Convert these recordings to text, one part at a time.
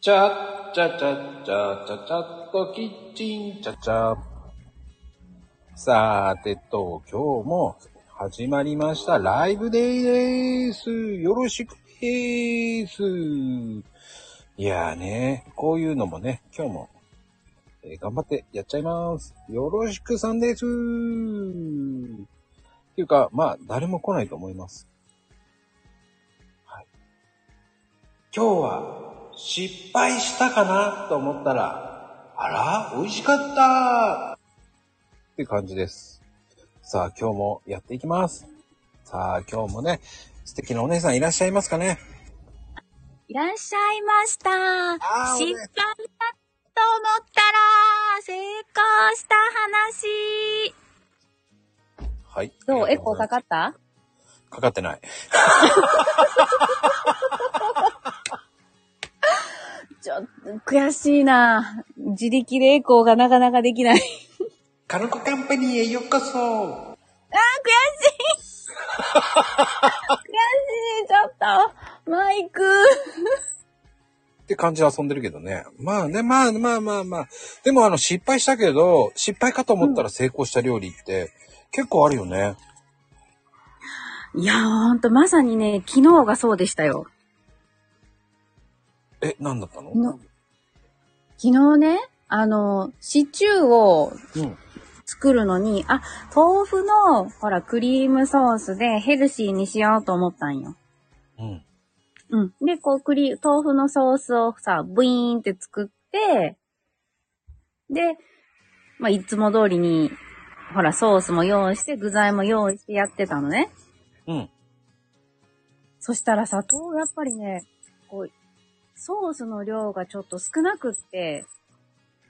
チャッチャチャチャチャチャッとキッチンチャチャ。さーてと、今日も始まりましたライブデイでーす。よろしくでーす。いやーね、こういうのもね、今日も、えー頑張ってやっちゃいます。よろしくさんですー。っていうか、まあ、誰も来ないと思います。はい。今日は、失敗したかなと思ったら、あら美味しかったって感じです。さあ、今日もやっていきます。さあ、今日もね、素敵なお姉さんいらっしゃいますかねいらっしゃいました。ー失敗おめだと思ったら、成功した話。はい。どうありエがとコーございかますかったかかってない。ちょっと、悔しいな。自力でエコーがなかなかできない。カノコカンパニーへようこそあー、悔しい悔しい、ちょっと。マイク。って感じで遊んでるけどね。まあね、まあまあまあまあ。でもあの、失敗したけど、失敗かと思ったら成功した料理って、結構あるよね。いやー、ほんと、まさにね、昨日がそうでしたよ。え、なんだったのの昨日ね、あの、シチューをうん。作るのに、あ、豆腐の、ほら、クリームソースでヘルシーにしようと思ったんよ。うん。うん。で、こう、クリ、豆腐のソースをさ、ブイーンって作って、で、まあ、いつも通りに、ほら、ソースも用意して、具材も用意してやってたのね。うん。そしたらさ、豆腐やっぱりね、こう、ソースの量がちょっと少なくって、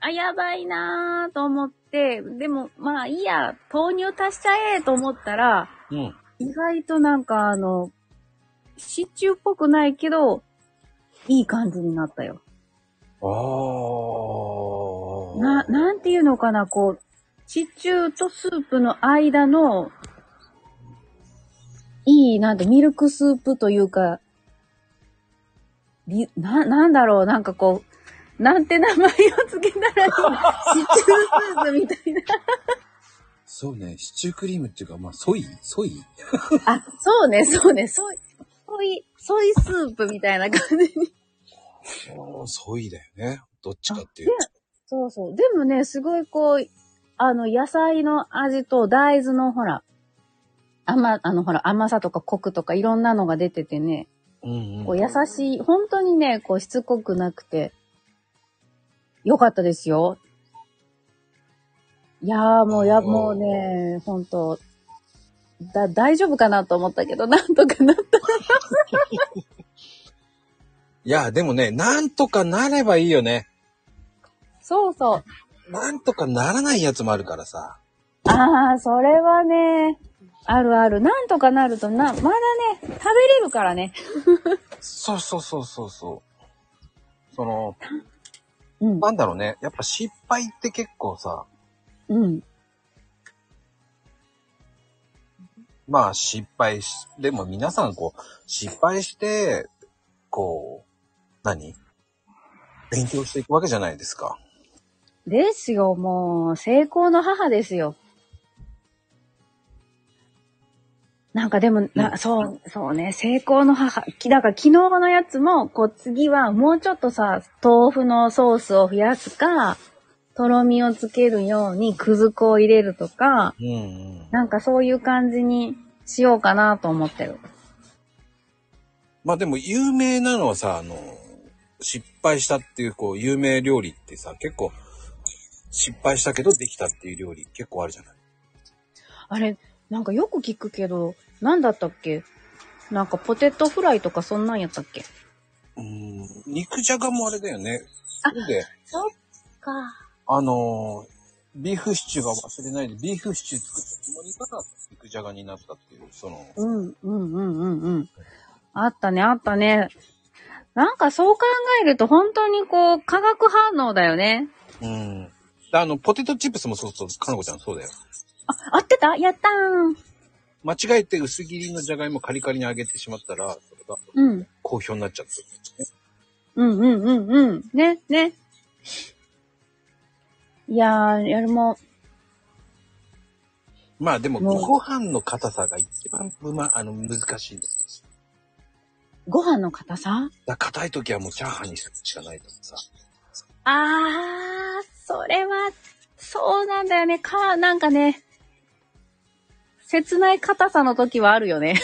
あ、やばいなーと思って、でも、まあいいや、豆乳足しちゃえと思ったら、うん。意外となんかあの、シチューっぽくないけど、いい感じになったよ。あー。な、なんていうのかな、こう、シチューとスープの間の、いい、なんて、ミルクスープというか、りな、なんだろう、なんかこう、なんて名前をつけたらいいのシチュースープみたいな。そうね、シチュークリームっていうか、まあ、ソイソイあ、そうね、そうね、ソイ、ソイ、ソイスープみたいな感じに。ソイだよね。どっちかっていうと。そうそう。でもね、すごいこう、あの、野菜の味と大豆のほら、甘、あのほら、甘さとかコクとかいろんなのが出ててね、うんこう。うん優しい、本当にね、こうしつこくなくて、よかったですよ。いやーもう、や、うんもうね、本当だ、大丈夫かなと思ったけど、なんとかなった。いや、でもね、なんとかなればいいよね。そうそう。なんとかならないやつもあるからさ。ああ、それはね、あるある。なんとかなるとな、まだね、食べれるからね。そうそうそうそうそう。その、うん。なんだろうね。やっぱ失敗って結構さ、うん。まあ失敗し、でも皆さんこう、失敗して、こう、何勉強していくわけじゃないですか。ですよ、もう、成功の母ですよ。なんかでも、うな、そう、そうね、成功の母。きだから昨日のやつも、こう次はもうちょっとさ、豆腐のソースを増やすか、とろみをつけるようにくず粉を入れるとか、うんうん。なんかそういう感じにしようかなと思ってる。まあでも有名なのはさ、あの、失敗したっていうこう、有名料理ってさ、結構、失敗したけどできたっていう料理結構あるじゃないあれ、なんかよく聞くけど、なんだったっけなんかポテトフライとかそんなんやったっけうん、肉じゃがもあれだよね。それで、そっか。あのービーフシチューが忘れないで、ビーフシチュー作ったつもりから、肉じゃがになったっていう、その、うん、うん、うん、うん、うん。あったね、あったね。なんかそう考えると本当にこう、化学反応だよね。うん。であの、ポテトチップスもそうそう、かなこちゃんそうだよ。あ、合ってたやったーん。間違えて薄切りのじゃがいもカリカリに揚げてしまったら、それがうん。好評になっちゃって。うんうんうんうん。ね、ね。いやー、やるも、まあでも、もうご飯の硬さが一番、ま、あの、難しいんです。ご飯の硬さだから硬い時はもうチャーハンにするしかないとかさ。あー、それは、そうなんだよね。か、なんかね、切ない硬さの時はあるよね。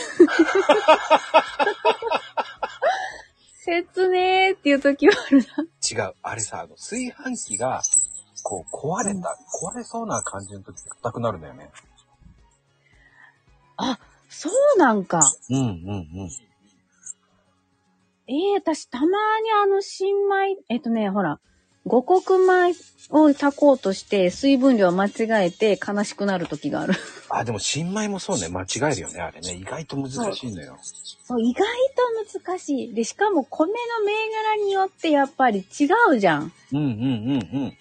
切ねーっていう時はあるな。違う。あれさ、あの、炊飯器が、こう、壊れた、壊れそうな感じの時硬くなるんだよね。そうなんか。うんうんうん。ええ私たまにあの新米、えっとね、ほら、五穀米を炊こうとして水分量間違えて悲しくなる時がある。あ、でも新米もそうね。間違えるよね、あれね。意外と難しいのよ。そう、意外と難しい。で、しかも米の銘柄によってやっぱり違うじゃん。うんうんうんうん。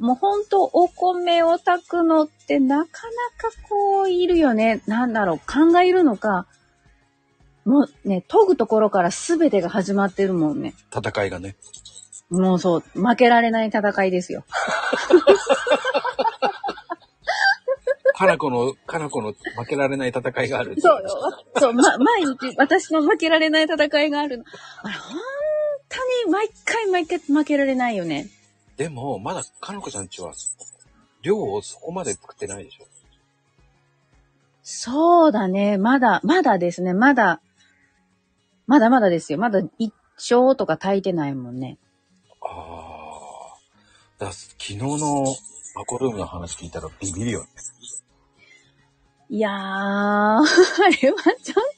もうほんとお米を炊くのってなかなかこういるよね。なんだろう、勘がいるのか。もうね、研ぐところから全てが始まってるもんね。戦いがね。もうそう、負けられない戦いですよ。かなこの、かなこの負けられない戦いがある。そうよ。。そう、ま、毎日、私の負けられない戦いがあるの。あれ、本当に毎回毎回負けられないよね。でも、まだ、かのこちゃんちは、量をそこまで作ってないでしょ。そうだね。まだ、まだですね。まだ、まだまだですよ。まだ一生とか炊いてないもんね。ああ。だ昨日のマコルームの話聞いたらビビるよね。いやー、 あれはちゃん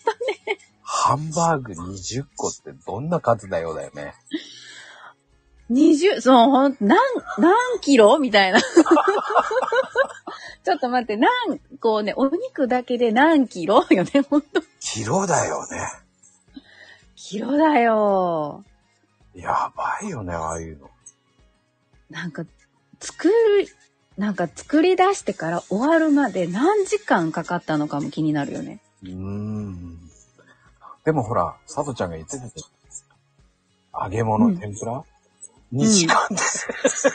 ハンバーグ20個ってどんな数だようだよね。二十、そう、ほん、何、何キロみたいな。ち ょっと待って、何、こうね、お肉だけで何キロ よね、ほんと。キロだよね。キロだよやばいよね、ああいうの。なんか、作る、なんか作り出してから終わるまで何時間かかったのかも気になるよね。うーん。でもほら、佐藤ちゃんが言ってたじゃん。揚げう物、ん天ぷら、?2 時間で。そう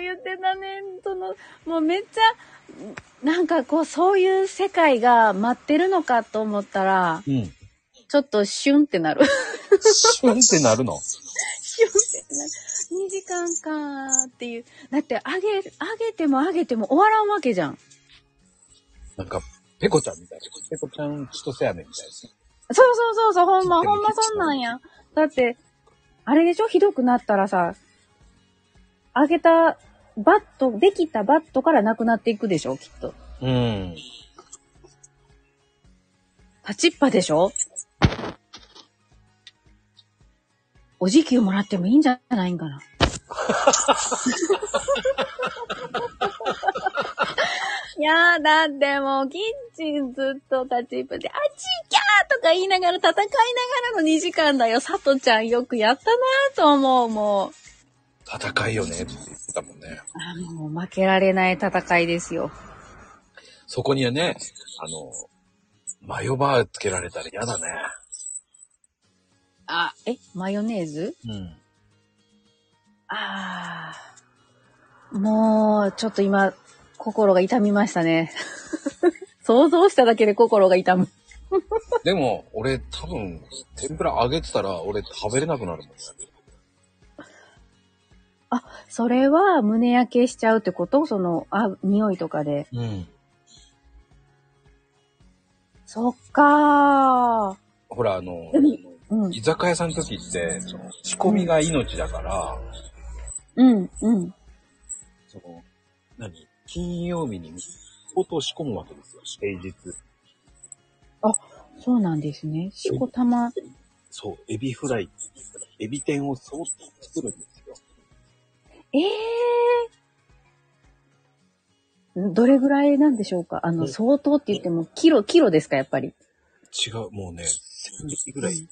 言ってたね。その、もうめっちゃ、なんかこう、そういう世界が待ってるのかと思ったら、うん。ちょっとシュンってなる。シュンってなるの。シュンってなる。2時間かーっていう。だって、あげ、あげてもあげても終わらんわけじゃん。なんか、ペコちゃんみたいな。ペコちゃん、千歳飴みたいな。そうそうそうそう、ほんま、ほんまそんなんや。だって、あれでしょひどくなったらさ、あげたバット、できたバットからなくなっていくでしょきっと。うん。立ちっぱでしょお時給もらってもいいんじゃないんかな。い やー、だってもう、キッチンずっと立ちっぱで、あちいきゃーとか言いながら戦いながらの2時間だよ。さとちゃんよくやったなーと思う、もう。戦いよね、って言ってたもんね。あーもう負けられない戦いですよ。そこにはね、あの、マヨバーつけられたら嫌だね。あ、え、マヨネーズうん。ああ。もう、ちょっと今、心が痛みましたね。 想像しただけで心が痛む。でも、俺多分、天ぷら揚げてたら、俺食べれなくなるもんね。それは、胸焼けしちゃうってことその、あ、匂いとかで。うん。そっかー。ほら、あの、何うん、居酒屋さんの時って、その仕込みが命だから、うん、うん。その、何金曜日に相当仕込むわけですよ、平日。そうなんですね。しこたま。そう、エビフライ、エビ天を相当作るんですよ。ええー。どれぐらいなんでしょうかあうの、ん相当って言っても、キロ、キロですかやっぱり。違う、もうね、1000匹ぐらい、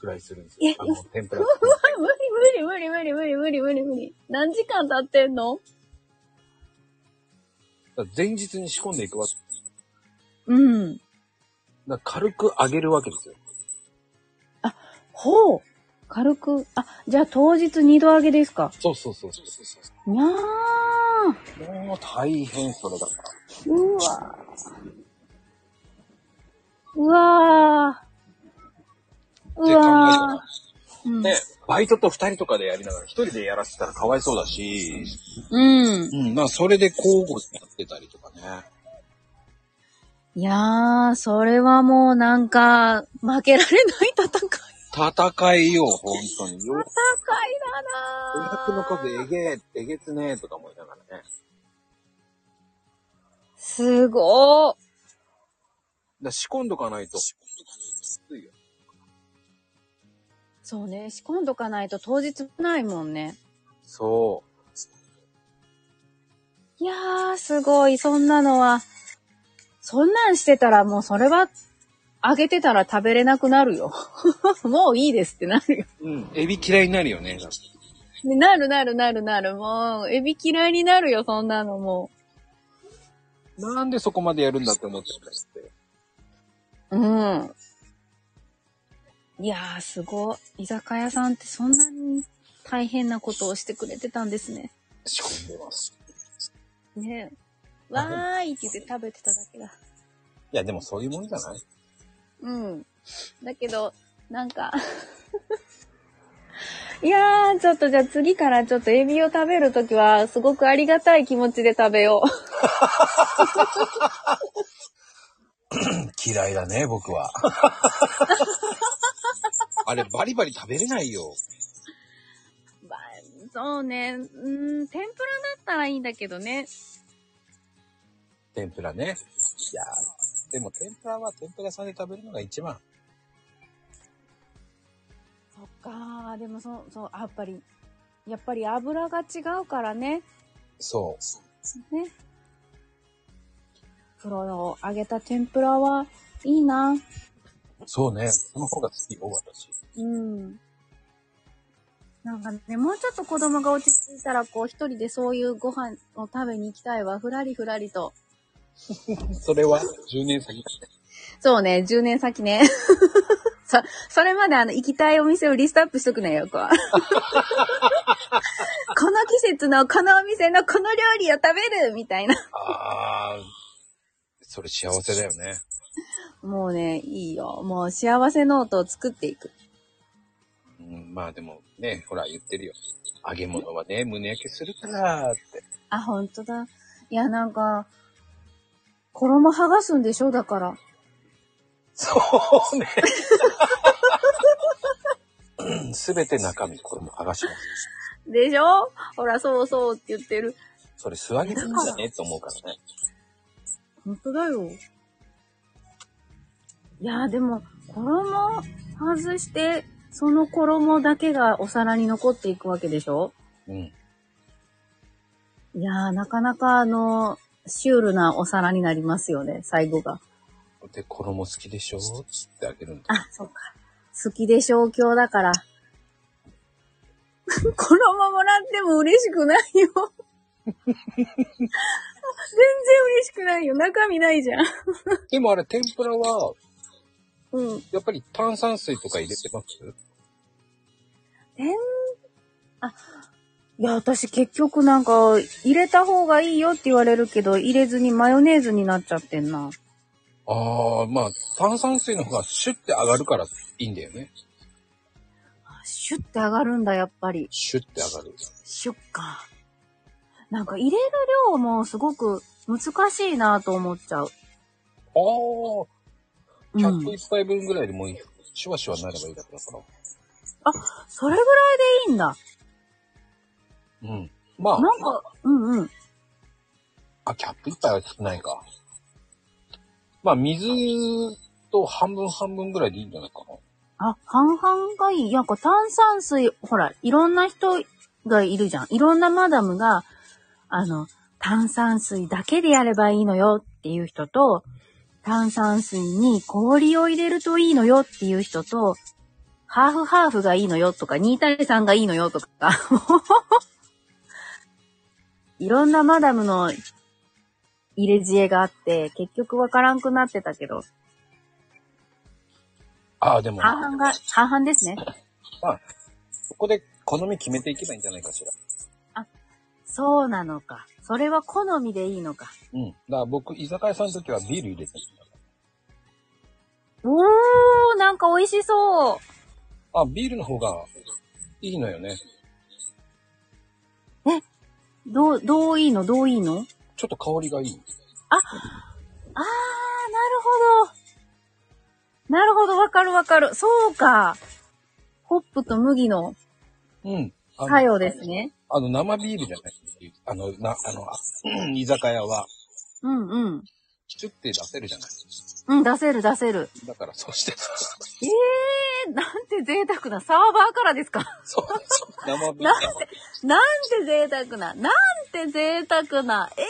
ぐらいするんですいよや。あの、天ぷら。 無理無理無理無理無理無理無理無理。何時間経ってんのだから前日に仕込んでいくわけ。うん。だから軽く揚げるわけですよ。あ、ほう。軽く。あ、じゃあ当日二度揚げですか。そうそうそうそうそうそにゃー。う。もう大変それだから。うわー。うわー。って考うえたわら、ー。うんね、バイトと二人とかでやりながら一人でやらせたらかわいそうだし、うん。うん、まあそれで交互にやってたりとかね。いやー、それはもうなんか、負けられない戦い。戦い戦いよ、本当に。よ予 だな約の数ー。えげえ、えげつねえとか思いながらね。すごー。だ仕込んどかないと。そうね、仕込んどかないと当日ないもんね。そいやー、すごい、そんなのは。そんなんしてたらもうそれは、あげてたら食べれなくなるよ。 もういいですってなるよ。う。うん。エビ嫌いになるよね。なるなるなるなる、もう、エビ嫌いになるよ、そんなのもなんでそこまでやるんだって思ってたって。う。うん。いやー、すごい。居酒屋さんってそんなに大変なことをしてくれてたんですね。仕込んでます。ねえ。わーいって言って食べてただけだ。いや、でもそういうもんじゃないうん。だけど、なんか。いやー、ちょっとじゃあ次からちょっとエビを食べるときは、すごくありがたい気持ちで食べよう。嫌いだね、僕は。 あれ、バリバリ食べれないよ。 まあ、そうね。うん、天ぷらだったらいいんだけどね。天ぷらね。いやーでも天ぷらは天ぷら屋さんで食べるのが一番。そっかー、でもそう、そう、やっぱり、やっぱり油が違うからね。そう。ね。プロの揚げた天ぷらは、いいな。そうね。その方が好き、多かったし。うん。なんかね、もうちょっと子供が落ち着いたら、こう一人でそういうご飯を食べに行きたいわ。ふらりふらりと。それは10年先だね。そうね、10年先ね。 そ、それまであの、行きたいお店をリストアップしとくねよ、こう この季節のこのお店のこの料理を食べるみたいな。あー、それ幸せだよね。もうね、いいよ。もう幸せノートを作っていく。うん、まあでもね、ほら言ってるよ。揚げ物はね、胸焼けするからって。あ、ほんとだ。いや、なんか、衣剥がすんでしょだから。そうね。 すべて中身、これも剥がします。でしょほら、そうそうって言ってる。それ素揚げでいいんじゃねと思うからね。本当だよ。いやーでも、衣外して、その衣だけがお皿に残っていくわけでしょうん。いやーなかなかあの、シュールなお皿になりますよね、最後が。で、衣好きでしょつってあげるんだ。あ、そうか。好きで小教だから。 衣もらっても嬉しく ないよ。全然嬉しくないよ。中身ないじゃん。でもあれ、天ぷらは、うん。やっぱり炭酸水とか入れてますえんあ、いや、私結局なんか、入れた方がいいよって言われるけど、入れずにマヨネーズになっちゃってんな。ああ、まあ、炭酸水の方がシュッて上がるからいいんだよね。シュッて上がるんだ、やっぱり。シュッて上がる。シュッか。なんか入れる量もすごく難しいなと思っちゃう。あうあ、100ん。一杯分ぐらいでもうシュワシュワなればいいだけだから。それぐらいでいいんだ。うん。まあな、んか、うんうん。あ、キャップ一杯は少ないか。まあ、水と半分半分ぐらいでいいんじゃないかな。あ、半々がいい。なんか炭酸水、ほら、いろんな人がいるじゃん。いろんなマダムが、あの、炭酸水だけでやればいいのよっていう人と、炭酸水に氷を入れるといいのよっていう人と、ハーフハーフがいいのよとか、2対3がいいのよとか、 いろんなマダムの入れ知恵があって、結局わからんくなってたけど。ああ、でも、半々が、半々ですね。ここで好み決めていけばいいんじゃないかしら。そうなのか。それは好みでいいのか。うん。だから僕、居酒屋さんの時はビール入れてる。おー、なんか美味しそう。あ、ビールの方がいいのよね。どう、どういいのどういいのちょっと香りがいい。あー、なるほど。なるほど、わかるわかる。そうか。ホップと麦のうん。あの作用ですね。あの、生ビールじゃない。あの、な、あの、あ 居酒屋は、うんうん。シュッて出せるじゃない。うん、出せる出せる。だから、そう して、ええー、なんて贅沢な。サーバーからですか そう、そう、生ビール。なんて、なんて贅沢な。なんて贅沢な。え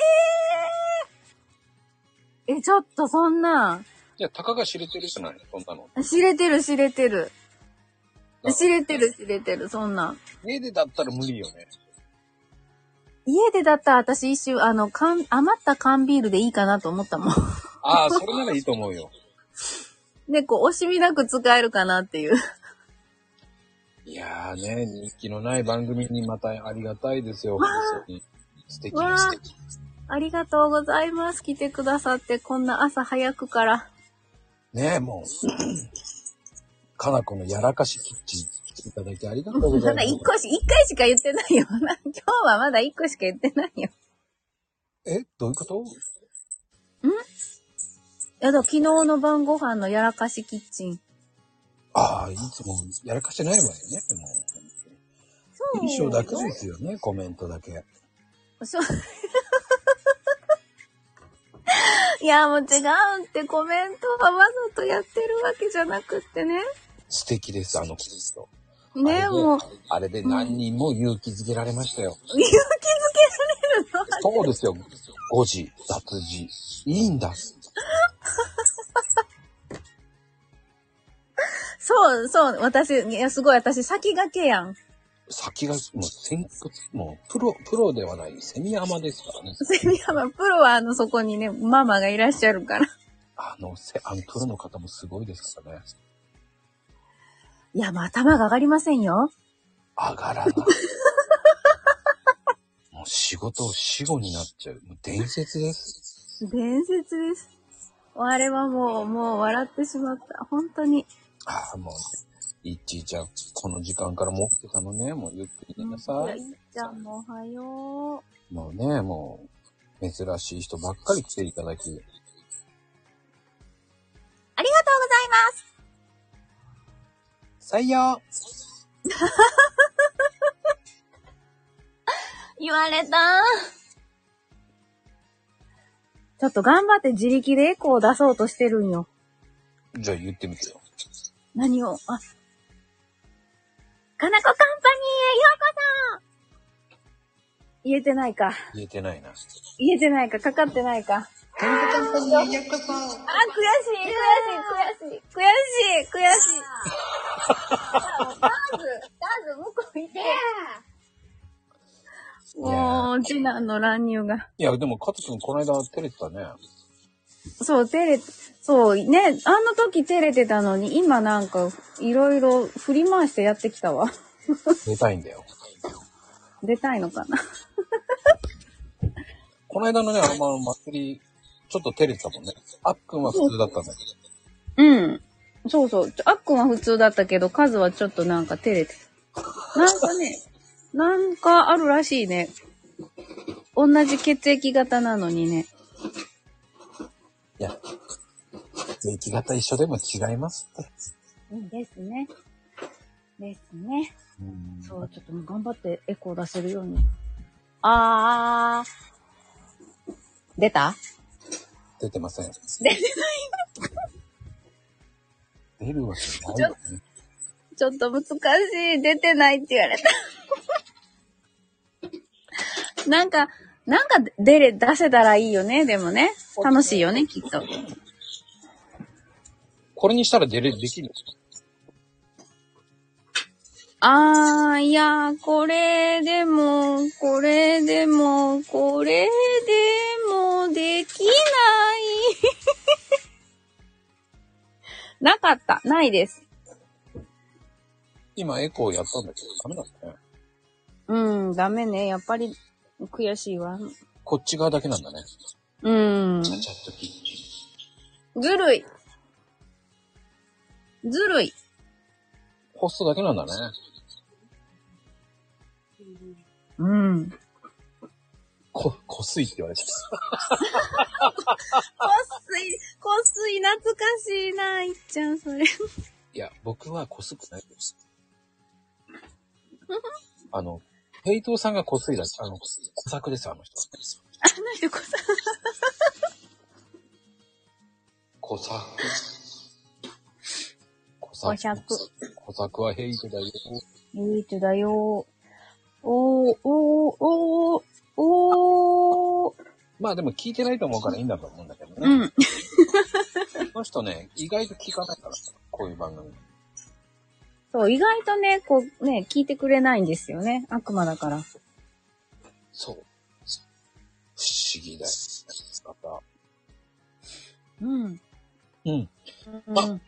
えー。え、ちょっとそんな、いや、たかが知れてるじゃない、そんなの。知れてる知れてるあ。知れてる知れてる、そんなん。家でだったら無理よね。家でだったら私一周、あの、缶、余った缶ビールでいいかなと思ったもん。 ああ、それならいいと思うよ。ね、こう、惜しみなく使えるかなっていう。 いやーね、人気のない番組にまたありがたいですよ、本当に。素敵わなあ素敵。ありがとうございます。来てくださって、こんな朝早くから。ねえ、もう。かなこのやらかしキッチン来ていただいてありがとうござ まいまだす一。個し、一回しか言ってないよ。 今日はまだ一個しか言ってないよ。いえ、どういうことやだ、昨日の晩ご飯のやらかしキッチン。ああ、いつもやらかしてないわよね、もう。そう。印象だけですよね、コメントだけ。そう。 いや、もう違うってコメントはわざとやってるわけじゃなくってね。素敵です、あのコメント。ね、もう。あれで何人も勇気づけられましたよ。勇気づけられるのそうですよ。誤字、脱字、いいんだ。そう、そう、私、いや、すごい、私、先駆けやん。先が、もう先、もうプロ、プロではない、セミアマですからね。セミヤマ、プロは、あの、そこにね、ママがいらっしゃるから。あの、せあのプロの方もすごいですからね。いや、まあ、頭が上がりませんよ。上がらない。もう仕事を死後になっちゃう。もう伝説です。伝説です。あれはもう、もう笑ってしまった。本当に。ああ、もう、いっちーちゃん、この時間からもう起きてたのね。もうゆっくり寝なさやい。いっちゃんもおはよもうね、もう、珍しい人ばっかり来ていただき、う。ありがとうございます。採用言われた。ちょっと頑張って自力でエコーを出そうとしてるんよ。じゃあ言ってみてよ。何を、あ、かなこカンパニーへようこそ言えてないか。言えてないな。言えてないか、かかってないか。あ、悔しい、悔しい、悔しい、悔しい、悔しい。ダーズ、ダーズ、向こう行て。もう、次男の乱入が。いや、でも、カツくん、この間、照れてたね。そう、照れ、そう、ね、あの時照れてたのに、今なんか、いろいろ振り回してやってきたわ。 出たいんだよ。出たいのかな。この間のね、あの、祭り、ちょっと照れてたもんね。あっくんは普通だったんだけど。うん。そうそう。あっくんは普通だったけど、カズはちょっとなんか照れてた。なんか ね、なんかあるらしいね。同じ血液型なのにね。いや、生き方一緒でも違いますって。ですね。ですね。うんそう、ちょっともう頑張ってエコー出せるように。あー。出た出てません。出てない。出るわけないよね。ちょっと難しい。出てないって言われた。なんか、なんか出れ、出せたらいいよね。でもね。楽しいよね、きっと。これにしたら出れ、できる。あー、いやー、これでも、これでも、これでも、できない。 なかった。ないです。今エコーやったんだけど、ダメだったね。うん、ダメね。やっぱり、悔しいわ。こっち側だけなんだね。うん。チャチャットキッチン。ずるい。ずるい。ホストだけなんだね。うん。こ、こすいって言われちゃった。こっすい、こっすい、懐かしいな、いっちゃん、それ。いや、僕はこすくないです。あの、ヘイトさんがこすいだし、あの、小作です、あの人。あ、なんでこさ、小作。小小作。小作はヘイトだよ。いい手だよ。おー、おー、おー、おー。まあでも聞いてないと思うからいいんだと思うんだけどうね。ん。この人ね、意外と聞かないから、こういう番組。そう、意外とね、こう、ね、聞いてくれないんですよね。悪魔だから。そう。不思議だよ、また。うん。うん。うん。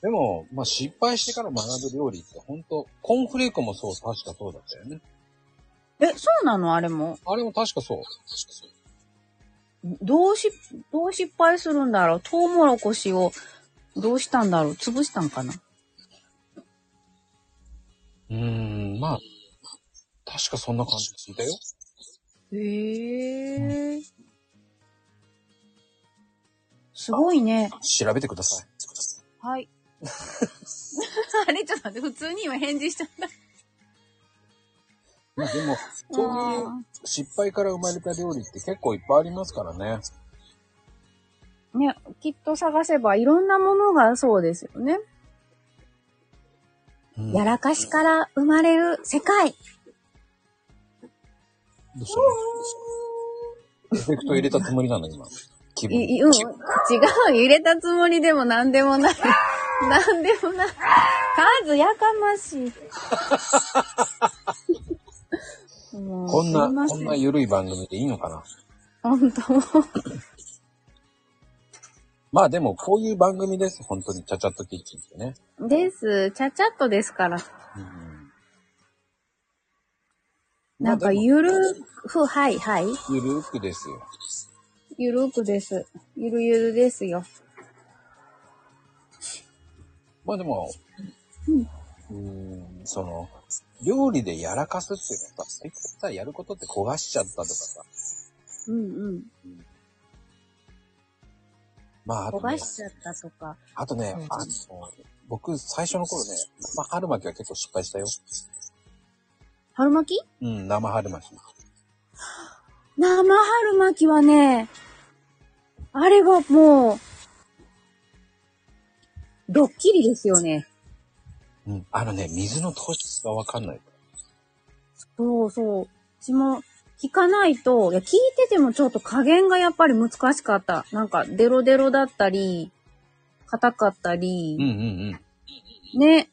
でも、まあ失敗してから学ぶ料理って本当コーンフレークもそう、確かそうだったよね。え、そうなのあれも。あれも確かそう。どうし、どう失敗するんだろうトウモロコシを、どうしたんだろう潰したんかなうーん、まあ、確かそんな感じだよ。へえ。すごいね。調べてください。はい。 あれちょっと待って、普通に今返事しちゃった。まあでも、そういう失敗から生まれた料理って結構いっぱいありますからね。ね、きっと探せばいろんなものがそうですよね。うん、やらかしから生まれる世界。どうしたのエフェクト入れたつもりなんだ、今。気分。い、いうん、違う。入れたつもりでも何で もない。何でもない。数やかま しい。もうこんすいな、まこせんな緩い番組でいいのかな。本当もうまあでも、こういう番組です。本当に、ちゃちゃっとキッチンってね。です。ちゃちゃっとですから。うんなんまか、あでもゆるふ、はい、はい。ゆるーくですよ。ゆるくです。ゆるゆるですよ。まあでも、うん、その、料理でやらかすっていうのはさ、結局さ、やることって焦がしちゃったとかさ、うんうん。まああ焦とがね、しちゃったとか。あとねうん、あの、僕最初の頃ね、生春巻きは結構失敗したよ。春巻きうん、生春巻き。生春巻きはね、あれはもう、ドッキリですよね。うん、あのね、水の糖質がわかんない。そうそう。私も聞かないと、いや、聞いててもちょっと加減がやっぱり難しかった。なんか、デロデロだったり、硬かったり、うんうんね。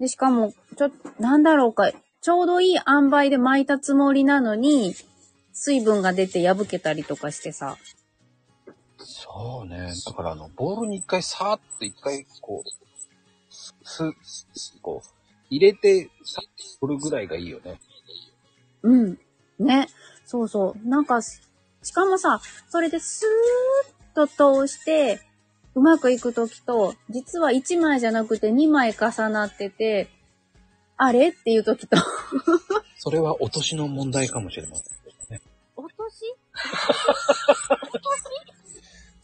で、しかも、ちょっと、なんだろうか、ちょうどいい塩梅で巻いたつもりなのに、水分が出て破けたりとかしてさ。うん。そうね、だからあの、ボールに一回さーっと一回、こう、す、すすこう、入れて、さ、取るぐらいがいいよね。うん。ね。そうそう。なんか、しかもさ、それでスーッと通して、うまくいくときと、実は1枚じゃなくて2枚重なってて、あれっていうときと。それは落としの問題かもしれませんけどね。 落とし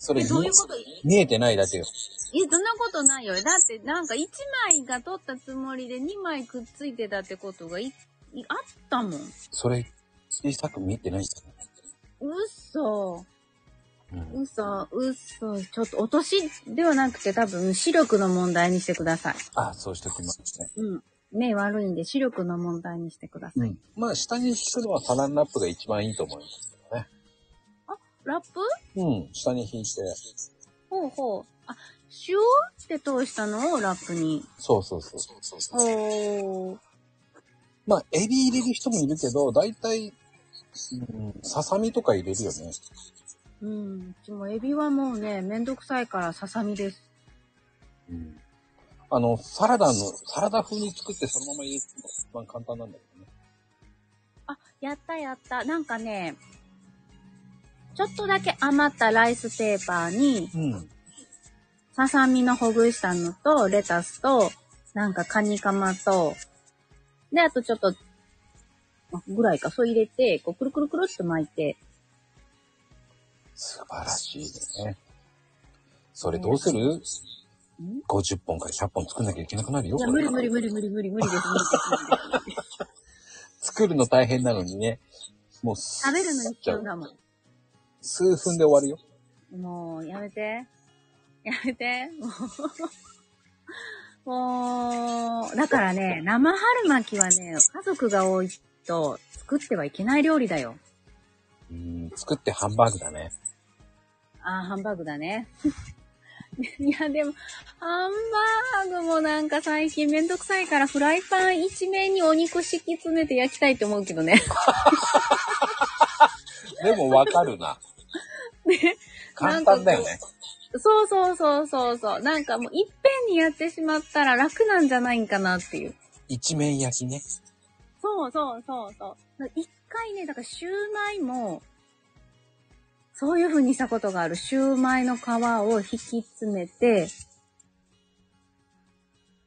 それえ、どういうこと見えてないだけよ。え、そんなことないよ。だって、なんか1枚が取ったつもりで2枚くっついてたってことがいいあったもん。それ、小さく見えてないんですよ嘘。ね。うん。嘘、嘘。ちょっと落としではなくて多分視力の問題にしてください。あ、そうしておきますね。うん。目悪いんで視力の問題にしてください。ん。まあ、下に引くのはサランラップが一番いいと思いますけどね。ラップうん。下に引いて。ほうほう。あ、シューって通したのをラップに。そうそうそう。おー。まあ、エビ入れる人もいるけど、大体、うん、ささみとか入れるよね。うん。うちもエビはもうね、めんどくさいからささみです。うんあの、サラダの、サラダ風に作ってそのまま入れるのが一番簡単なんだけどね。あ、やったやった。なんかね、ちょっとだけ余ったライスペーパーに、うん。ささみのほぐしたのと、レタスと、なんかカニカマと、で、あとちょっと、あぐらいか、そう入れて、こう、くるくるくるっと巻いて、素晴らしいね。それどうする ?50 本から100本作んなきゃいけなくなるよ。いや、こ無れ理無理無理無理無理無理です。作るの大変なのにね。もう す、食べるのに必要だも数分で終わるよ。ん。もう、やめて。やめて。もう、もう、だからね、生春巻きはね、家族が多いと作ってはいけない料理だよ。うん、作ってハンバーグだね。あーハンバーグだね。 いや、でも、ハンバーグもなんか最近めんどくさいから、フライパン一面にお肉敷き詰めて焼きたいと思うけどね。でもわかる な。簡単だよね。そうそうそうそうそう。なんかもういっぺんにやってしまったら楽なんじゃないんかなっていう。一面焼きね。そうそうそうそう。一回ね、だからシューマイも、そういう風にしたことがある。シューマイの皮を引き詰めて、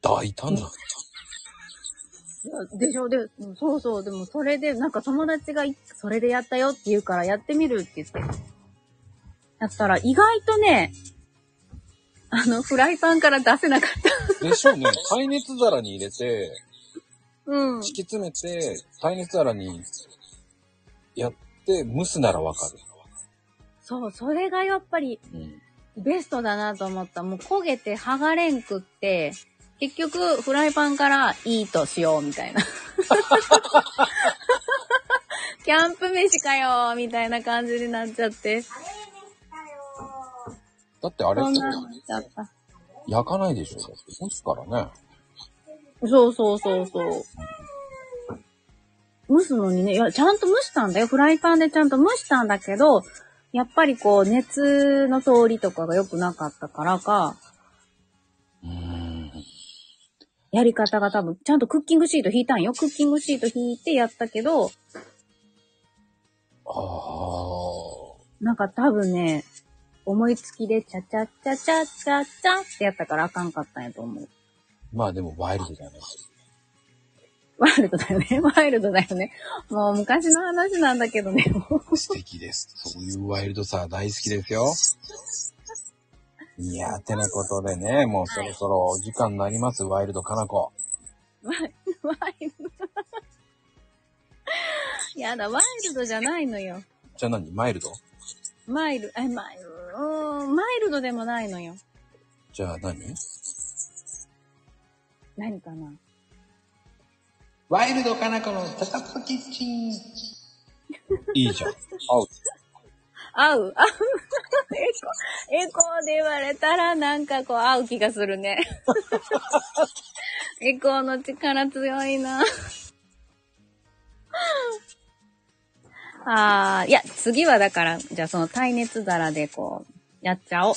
大胆だ。でしょで、うんそうそう、でもそれで、なんか友達がいそれでやったよって言うからやってみるって言って。やったら意外とね、あの、フライパンから出せなかった。でしょう ね。耐熱皿に入れて、うん。敷き詰めて、耐熱皿にやって蒸すならわかそう、それがやっぱりる。うん。ベストだなと思った。もう焦げて剥がれんくって、結局フライパンからいいとしようみたいな。 キャンプ飯かよみたいな感じになっちゃって。だってあれそっんてなのになっちゃった。焼かないでしょ。だって蒸すからね。そうそうそうそう。蒸すのにね、いや、ちゃんと蒸したんだよ。フライパンでちゃんと蒸したんだけど、やっぱりこう、熱の通りとかが良くなかったからか、うーん。やり方が多分、ちゃんとクッキングシート引いたんよ。クッキングシート引いてやったけど、ああ。なんか多分ね、思いつきで、チャチャチャチャチャチャってやったからあかんかったんやと思う。まあでもワイルドだね。ワイルドだよね。 ワイルドだよね。もう昔の話なんだけどね。 もう素敵です。そういうワイルドさ大好きですよ。いやー、てなことでね、もうそろそろお時間になります、ワイルドかな子。ワイワイルド。やだ、ワイルドじゃないのよ。じゃあ何マイルドマイル、え、マイル、うーんマイルドでもないのよ。じゃあ何何かなワイルドかなこのタタップキッチン。いいじゃん。合う。合う合うエコ、エコで言われたらなんかこう合う気がする ね。エコの力強いな。あー、いや、次はだから、じゃあその耐熱皿でこう、やっちゃおう。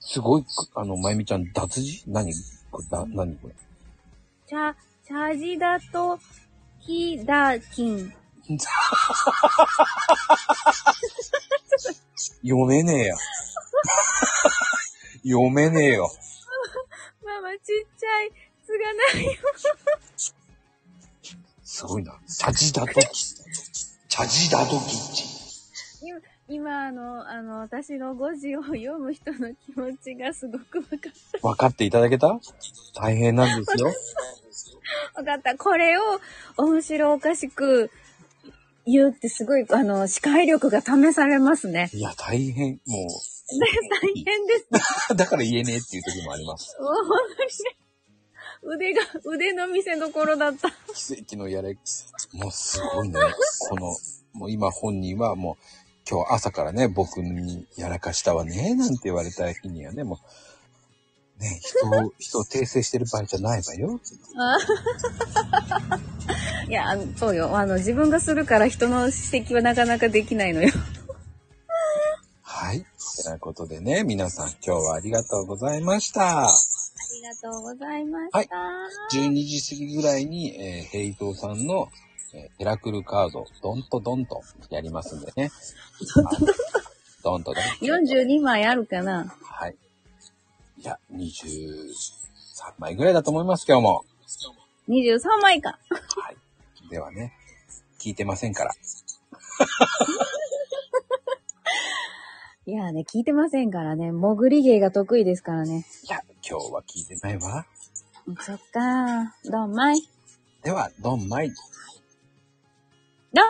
すごい、あの、まゆみちゃん、脱字何これ、だ、何これ。チャ、チャジダとヒダキン。 読めねえや。読めねえよ。ママ、ちっちゃい、つがないよ。すごいな。チャジダとキッチン。チャジダとキッチン。今、今あの、あの、私の5字を読む人の気持ちがすごく分かっ分かっていただけた大変なんですよ。た。分かった。これを、面白おかしく言うってすごい、あの、視界力が試されますね。いや、大変。も大変です。う、 だから言えねえっていう時もあります。もう本当にね。腕が、腕の見せ所だった。奇跡のやれ、もうすごいね。この、もう今本人はもう、今日朝からね、僕にやらかしたわね、なんて言われた日にはね、もう、ね、人を、人を訂正してる場合じゃないわよ。いや、あのそうよ。あの、自分がするから人の指摘はなかなかできないのよ。はい。てなことでね、皆さん今日はありがとうございました。りがとうございました。 12時過ぎぐらいに、えー、ヘイトさんの、えーヘラクルカード、ドンとドンとやりますんでね。ドンとドン。ドンとドン。 42枚あるかなはい。いや、23枚ぐらいだと思います、今日も。 ?23 枚か。はい。ではね、聞いてませんから。いやーね、聞いてませんからね。潜り芸が得意ですからね。いや、今日は聞いてないわ。そっかー。どんまい。では、ドンマイ